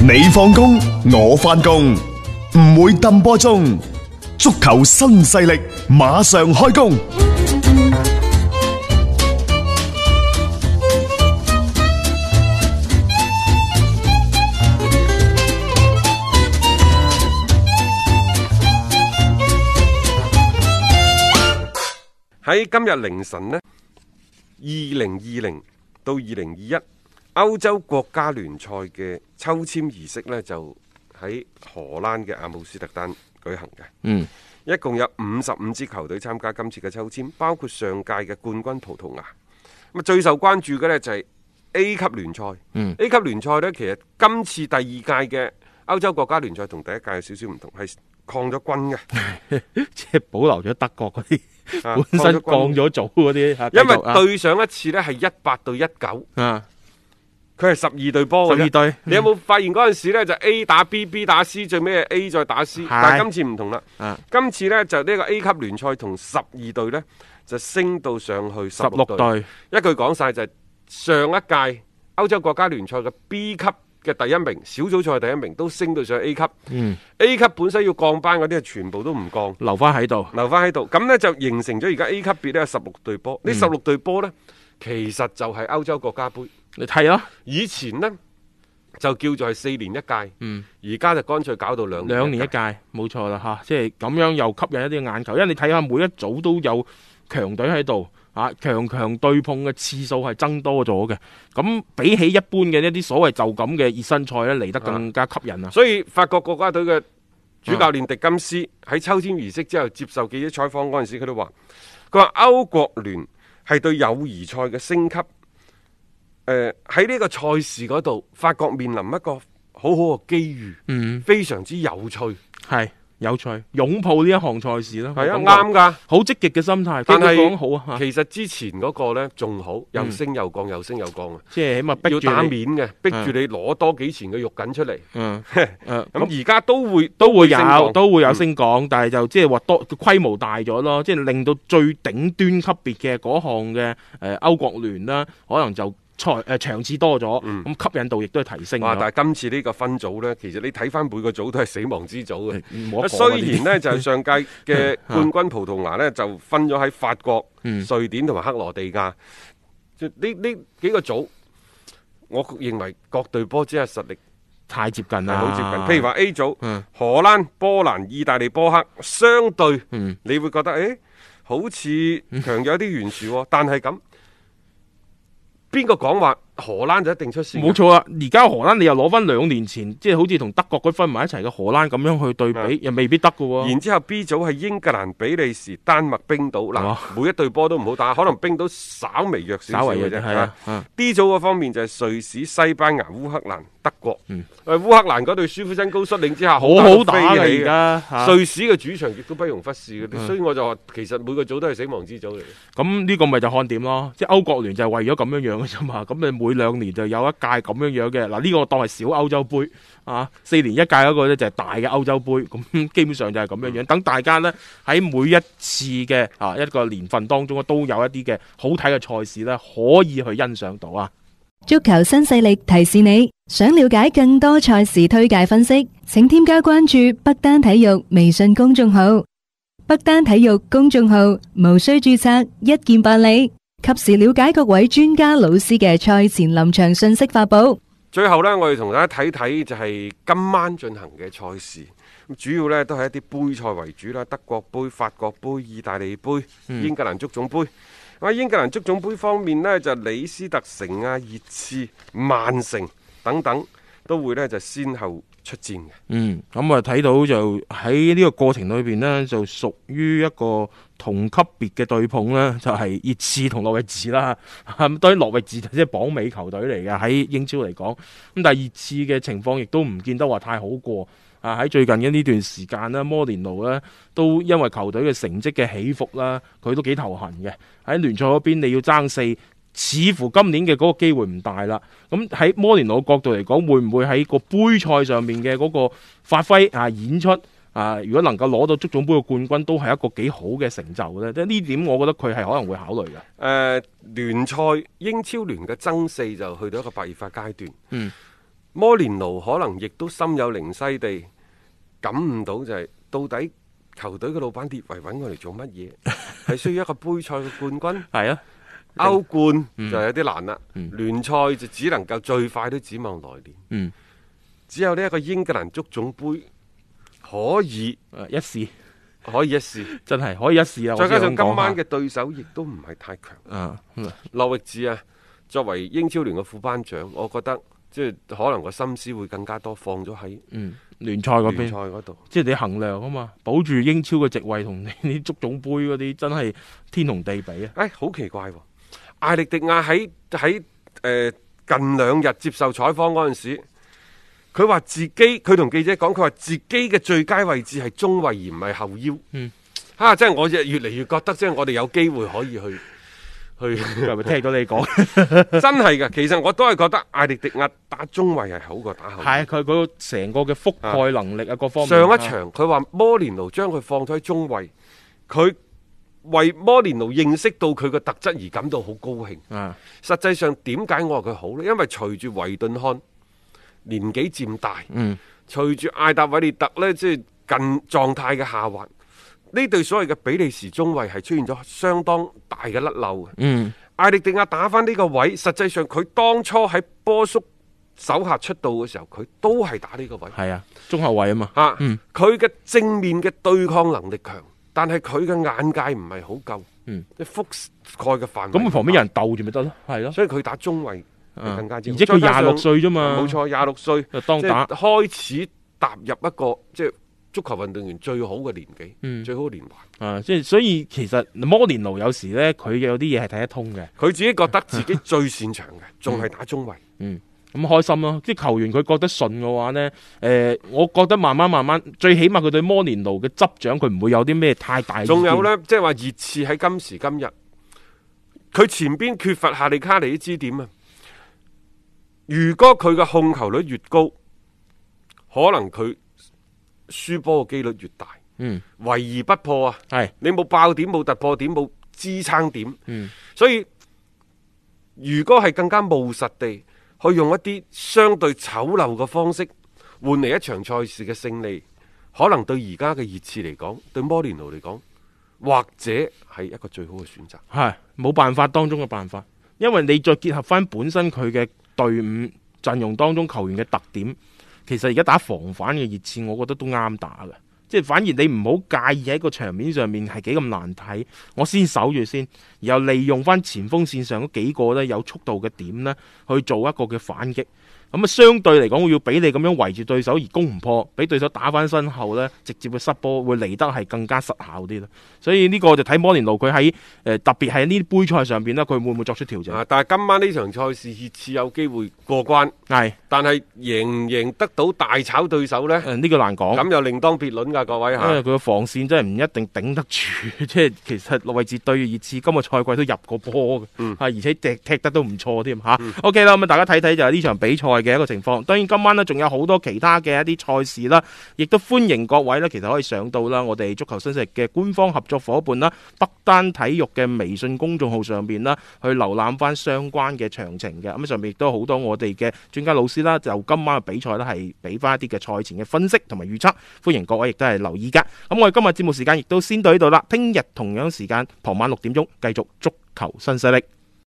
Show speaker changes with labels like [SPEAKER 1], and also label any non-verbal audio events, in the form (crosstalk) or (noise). [SPEAKER 1] 你放工，我翻工，唔會抌波中。足球新勢力馬上開工。
[SPEAKER 2] 喺今日凌晨呢，二零二零到二零二一歐洲國家聯賽嘅抽籤儀式呢，就喺荷蘭嘅阿姆斯特丹舉行嘅。
[SPEAKER 3] 嗯，
[SPEAKER 2] 一共有五十五支球隊參加今次嘅抽籤，包括上屆嘅冠軍葡萄牙。咁啊，最受關注嘅呢，就係、A 級聯賽。
[SPEAKER 3] 嗯
[SPEAKER 2] A 級聯賽呢，其實今次第二屆嘅歐洲國家聯賽同第一屆有少少唔同，係抗咗軍嘅。
[SPEAKER 3] 即係保留咗德國嗰啲
[SPEAKER 2] 啊
[SPEAKER 3] (laughs) 本身降咗組嗰啲嚇，繼
[SPEAKER 2] 因為
[SPEAKER 3] 續啊
[SPEAKER 2] 對上一次呢係一八到一九，
[SPEAKER 3] 啊
[SPEAKER 2] 佢係十二隊波嘅
[SPEAKER 3] 十二
[SPEAKER 2] 啫。
[SPEAKER 3] 隊，
[SPEAKER 2] 你有冇發現嗰陣時咧就 A 打 B，B 打 C，最尾係 A 再打 C，但係今次唔同啦。
[SPEAKER 3] 啊
[SPEAKER 2] 今次呢，就呢個 A 級聯賽同十二隊呢，就升到上去十
[SPEAKER 3] 十六
[SPEAKER 2] 隊。
[SPEAKER 3] 隊？
[SPEAKER 2] 一句講晒就係上一屆歐洲國家聯賽嘅 B 級嘅第一名，小組賽第一名都升到上 A 級。
[SPEAKER 3] 嗯，
[SPEAKER 2] A 級本身要降班嗰啲，全部都唔降。
[SPEAKER 3] 留翻喺度。
[SPEAKER 2] 留翻喺度，咁呢就形成咗而家 A 級別呢，十六隊波，呢
[SPEAKER 3] 嗯
[SPEAKER 2] 十六隊波呢，其實就係歐洲國家杯。
[SPEAKER 3] 你睇咯，
[SPEAKER 2] 以前呢，就叫做係四年一屆，
[SPEAKER 3] 嗯
[SPEAKER 2] 而家就乾脆搞到兩
[SPEAKER 3] 兩年一
[SPEAKER 2] 屆。
[SPEAKER 3] 屆，冇錯啦嚇，即係咁樣又吸引一啲眼球，因為你睇下每一組都有強隊喺度。啊，強強對碰嘅次數係增多咗嘅，咁比起一般嘅一啲所謂就咁嘅熱身賽咧，嚟得更加吸引啊！
[SPEAKER 2] 所以法國國家隊嘅主教練迪金斯
[SPEAKER 3] 啊
[SPEAKER 2] 喺抽籤儀式之後接受記者採訪嗰陣時，佢都話：佢話歐國聯係對友誼賽嘅升級。誒喺呢個賽事嗰度，法國面臨一個好好嘅機遇，
[SPEAKER 3] 嗯，
[SPEAKER 2] 非常之有趣。
[SPEAKER 3] 係有趣，擁抱呢一項賽事啦，
[SPEAKER 2] 係啊，
[SPEAKER 3] 我感覺
[SPEAKER 2] 啱㗎。
[SPEAKER 3] 好積極嘅心態，
[SPEAKER 2] 但
[SPEAKER 3] 但
[SPEAKER 2] 係
[SPEAKER 3] 係講好啊，嚇
[SPEAKER 2] 其實之前嗰個呢仲好，又升又降，又升又降啊！
[SPEAKER 3] 即係起碼逼
[SPEAKER 2] 要
[SPEAKER 3] 住
[SPEAKER 2] 打
[SPEAKER 3] 你
[SPEAKER 2] 面嘅，逼住你攞多幾錢嘅肉緊出嚟。
[SPEAKER 3] (laughs) 嗯，誒咁
[SPEAKER 2] 咁而家都會
[SPEAKER 3] 都會
[SPEAKER 2] 升
[SPEAKER 3] 有
[SPEAKER 2] 降
[SPEAKER 3] 都會有升降，但係就即係話多個規模大咗咯，即係令到最頂端級別嘅嗰項嘅誒歐國聯啦，可能就賽誒場次多咗，
[SPEAKER 2] 嗯
[SPEAKER 3] 咁吸引度亦都係提升
[SPEAKER 2] 哇！
[SPEAKER 3] 咗。
[SPEAKER 2] 但係今次呢個分組呢，其實你睇翻每個組都係死亡之組嘅。
[SPEAKER 3] 冇得講啊
[SPEAKER 2] 雖然呢，就係上屆嘅 (laughs) 冠軍葡萄牙呢，就分咗喺法國、
[SPEAKER 3] 嗯
[SPEAKER 2] 瑞典同埋克羅地亞，即呢呢幾個組，我認為各隊波只係實力
[SPEAKER 3] 太接近
[SPEAKER 2] 係
[SPEAKER 3] 啦，
[SPEAKER 2] 好接近。譬如話 A 組，
[SPEAKER 3] 啊嗯
[SPEAKER 2] 荷蘭、波蘭、意大利、波克，相對
[SPEAKER 3] 嗯
[SPEAKER 2] 你會覺得誒、欸好似強有啲懸殊喎， (laughs) 但係咁邊個講話荷蘭就一定出線？
[SPEAKER 3] 冇，錯啊！而家荷蘭你又攞翻兩年前，即係好似同德國嗰分埋一齊嘅荷蘭咁樣去對
[SPEAKER 2] 係
[SPEAKER 3] 比，又未必得嘅喎。
[SPEAKER 2] 然之後 B 組係英格蘭、比利時、丹麥、冰島，嗱、
[SPEAKER 3] 哦
[SPEAKER 2] 每一隊波都唔好打，可能冰島稍微弱少
[SPEAKER 3] 稍
[SPEAKER 2] 少
[SPEAKER 3] 為
[SPEAKER 2] 嘅
[SPEAKER 3] 弱
[SPEAKER 2] 啫。
[SPEAKER 3] 啲係
[SPEAKER 2] 啊
[SPEAKER 3] 啊，嗯
[SPEAKER 2] D 組嗰方面就係瑞士、西班牙、烏克蘭、德國。
[SPEAKER 3] 嗯
[SPEAKER 2] 喂烏克蘭嗰隊舒夫真高率領之下，
[SPEAKER 3] 好
[SPEAKER 2] 到
[SPEAKER 3] 好
[SPEAKER 2] 飛起啊
[SPEAKER 3] 打嘅而家嚇
[SPEAKER 2] 瑞士嘅主場亦都不容忽視嘅，所以我就話其實每個組都係死亡之組嚟嘅。
[SPEAKER 3] 咁呢個咪就看點咯，即係歐國聯就係為咗咁樣樣嘅啫嘛。咁 (laughs) 你每兩年就有一屆咁樣樣嘅，嗱呢個我當係小歐洲杯啊，四年一屆嗰個咧就係大嘅歐洲杯，咁 (laughs) 基本上就係咁樣樣。等大家呢，喺每一次嘅啊一個年份當中都有一啲嘅好睇嘅賽事呢，可以去欣賞到啊。
[SPEAKER 4] 足球新勢力提示你，想了解更多賽事推介分析，請添加關注北單體育微信公眾號。北單體育公眾號無需注冊，一鍵辦理，及時了解各位專家老師嘅賽前臨場信息發布。
[SPEAKER 2] 最後呢，我哋同大家睇睇就係今晚進行嘅賽事，咁主要呢都係一啲杯賽為主啦，德國杯、法國杯、意大利杯、英格蘭足總杯。咁啊，英格蘭足總杯方面呢，就李斯特城啊、熱刺、曼城等等都會呢就先後出戰嘅。
[SPEAKER 3] 嗯，咁啊睇到就喺呢個過程裏邊呢，就屬於一個同級別嘅對碰啦，就係、熱刺同諾域治啦。 (laughs) 咁當然諾域治就即係榜尾球隊嚟嘅喺英超嚟講，咁但係熱刺嘅情況亦都唔見得話太好過。啊！喺最近嘅呢段時間啦，摩連奴呢都因為球隊嘅成績嘅起伏啦，佢都幾頭痕嘅。喺聯賽嗰邊你要爭四，似乎今年嘅嗰個機會唔大啦。咁喺摩連奴嘅角度嚟講，會唔會喺個杯賽上面嘅嗰個發揮啊演出啊，如果能夠攞到足總杯嘅冠軍，都係一個幾好嘅成就咧。即係呢點，我覺得佢係可能會考慮嘅。
[SPEAKER 2] 誒、聯賽英超聯嘅爭四就去到一個白熱化階段。
[SPEAKER 3] 嗯
[SPEAKER 2] 摩連奴可能亦都心有靈犀地感悟到就係、到底球隊嘅老闆列維揾我嚟做乜
[SPEAKER 3] (laughs)
[SPEAKER 2] 嘢？係需要一個杯賽嘅冠軍。
[SPEAKER 3] 係啊，
[SPEAKER 2] 歐
[SPEAKER 3] 嗯
[SPEAKER 2] 冠就有啲難啦，聯賽就只能夠最快都指望來年。
[SPEAKER 3] 嗯
[SPEAKER 2] 只有呢一個英格蘭足總杯可以
[SPEAKER 3] 誒啊一試
[SPEAKER 2] 可以一試，
[SPEAKER 3] 真係可以一試啊！
[SPEAKER 2] 再加
[SPEAKER 3] 我只係咁
[SPEAKER 2] 上今
[SPEAKER 3] 講
[SPEAKER 2] 晚
[SPEAKER 3] 下
[SPEAKER 2] 嘅對手亦都唔係太強。
[SPEAKER 3] 啊，嗯
[SPEAKER 2] 諾域治啊，作為英超聯嘅副班長，我覺得即係可能個心思會更加多放咗喺
[SPEAKER 3] 嗯聯賽嗰
[SPEAKER 2] 聯
[SPEAKER 3] 邊
[SPEAKER 2] 賽。嗰度。
[SPEAKER 3] 即係你衡量啊嘛，保住英超嘅席位同你 (laughs) 啲足總杯嗰啲真係天同地比
[SPEAKER 2] (laughs)
[SPEAKER 3] 啊！
[SPEAKER 2] 誒、哎好奇怪喎、艾力迪亞喺喺誒近兩日接受採訪嗰陣時，佢話自己佢同記者講，佢話自己嘅最佳位置係中衞而唔係後腰。
[SPEAKER 3] 嗯，
[SPEAKER 2] 嚇、即係我越越嚟越覺得，即係我哋有機會可以去去。 (laughs)
[SPEAKER 3] 佢係咪聽到你講？
[SPEAKER 2] 真係噶，其實我都係覺得艾力迪亞打中衞係好過打後
[SPEAKER 3] 係啊
[SPEAKER 2] 衞。
[SPEAKER 3] 佢嗰個成個嘅覆蓋能力啊，各方面
[SPEAKER 2] 上
[SPEAKER 3] 啊
[SPEAKER 2] 一場佢話摩連奴將佢放咗喺中衞，佢為摩連奴認識到佢嘅特質而感到好高興。
[SPEAKER 3] 啊，
[SPEAKER 2] 實際上點解我話佢好呢？因為隨住維頓漢年紀漸大，
[SPEAKER 3] 嗯
[SPEAKER 2] 隨住艾達韋列特呢，即係近狀態嘅下滑，呢對所謂嘅比利時中衞係出現咗相當大嘅甩漏嘅。
[SPEAKER 3] 嗯
[SPEAKER 2] 艾力迪亞打翻呢個位，實際上佢當初喺波叔手下出道嘅時候，佢都係打呢個位。
[SPEAKER 3] 係啊，中後衞啊嘛，
[SPEAKER 2] 嚇
[SPEAKER 3] 嗯，
[SPEAKER 2] 佢嘅、正面嘅對抗能力強，但係佢嘅眼界唔係好夠，
[SPEAKER 3] 嗯
[SPEAKER 2] 即係覆蓋嘅範圍。
[SPEAKER 3] 咁旁邊有人鬥住咪得咯，係咯，
[SPEAKER 2] 所以佢打中衞
[SPEAKER 3] 嗯
[SPEAKER 2] 更加之好。
[SPEAKER 3] 而且佢
[SPEAKER 2] 再加上
[SPEAKER 3] 26歲啫嘛
[SPEAKER 2] 冇錯，廿六歲，
[SPEAKER 3] 就當
[SPEAKER 2] 即
[SPEAKER 3] 打
[SPEAKER 2] 係開始踏入一個即係足球運動員最好嘅年紀，
[SPEAKER 3] 嗯
[SPEAKER 2] 最好嘅年華。
[SPEAKER 3] 啊，即係所以其實摩連奴有時呢，佢有啲嘢係睇得通嘅，
[SPEAKER 2] 佢自己覺得自己最擅長嘅，仲係打中衞。
[SPEAKER 3] 嗯。咁開心咯！即係球員佢覺得順嘅話呢，誒、我覺得慢慢慢慢，最起碼佢對摩連奴嘅執掌，佢唔會有啲咩太大意見。
[SPEAKER 2] 仲有呢，即係話熱刺喺今時今日，佢前邊缺乏夏利卡尼啲支點啊。如果佢嘅控球率越高，可能佢輸波嘅機率越大，
[SPEAKER 3] 嗯，
[SPEAKER 2] 圍而不破啊！
[SPEAKER 3] 係
[SPEAKER 2] 你冇爆點，冇突破點，冇支撐點。
[SPEAKER 3] 嗯
[SPEAKER 2] 所以如果係更加務實地去用一啲相對醜陋嘅方式換嚟一場賽事嘅勝利，可能對而家嘅熱刺嚟講，對摩連奴嚟講，或者係一個最好嘅選擇。
[SPEAKER 3] 係冇辦法當中嘅辦法，因為你再結合翻本身佢嘅隊伍陣容當中球員嘅特點，其實而家打防反嘅熱刺，我覺得都啱打嘅。即係反而你唔好介意喺個場面上面係幾咁難睇，我先守住先，然後利用翻前鋒線上嗰幾個咧有速度嘅點呢，去做一個嘅反擊。咁啊，相對嚟講，要俾你咁樣圍住對手而攻唔破，俾對手打翻身後呢，直接嘅失波會嚟得係更加實效啲啦。所以呢個就睇摩連奴佢喺誒特別係呢啲杯賽上邊呢，佢會唔會作出調整？
[SPEAKER 2] 啊！但係今晚呢場賽事，熱刺有機會過關，
[SPEAKER 3] 係
[SPEAKER 2] 但係贏唔贏得到大炒對手呢？
[SPEAKER 3] 誒呢個難講。
[SPEAKER 2] 咁又另當別論㗎，各位嚇。
[SPEAKER 3] 因為佢個防線真係唔一定頂得住， (laughs) 即係其實諾維治對熱刺今個賽季都入過波嘅，
[SPEAKER 2] 嗯
[SPEAKER 3] 啊而且踢踢得都唔錯添嚇。OK 啦，咁啊大家睇睇就係呢場比賽嘅一個情況。當然今晚呢，仲有好多其他嘅一啲賽事啦，亦都歡迎各位呢，其實可以上到啦我哋足球新勢力嘅官方合作伙伴啦北單體育嘅微信公眾號上邊啦，去瀏覽翻相關嘅詳情嘅。咁啊上面亦都好多我哋嘅專家老師啦，就今晚嘅比賽呢，係俾翻一啲嘅賽前嘅分析同埋預測。歡迎各位亦都係留意噶。咁我哋今日節目時間亦都先到呢度啦，聽日同樣時間傍晚六點鐘繼續足球新勢力，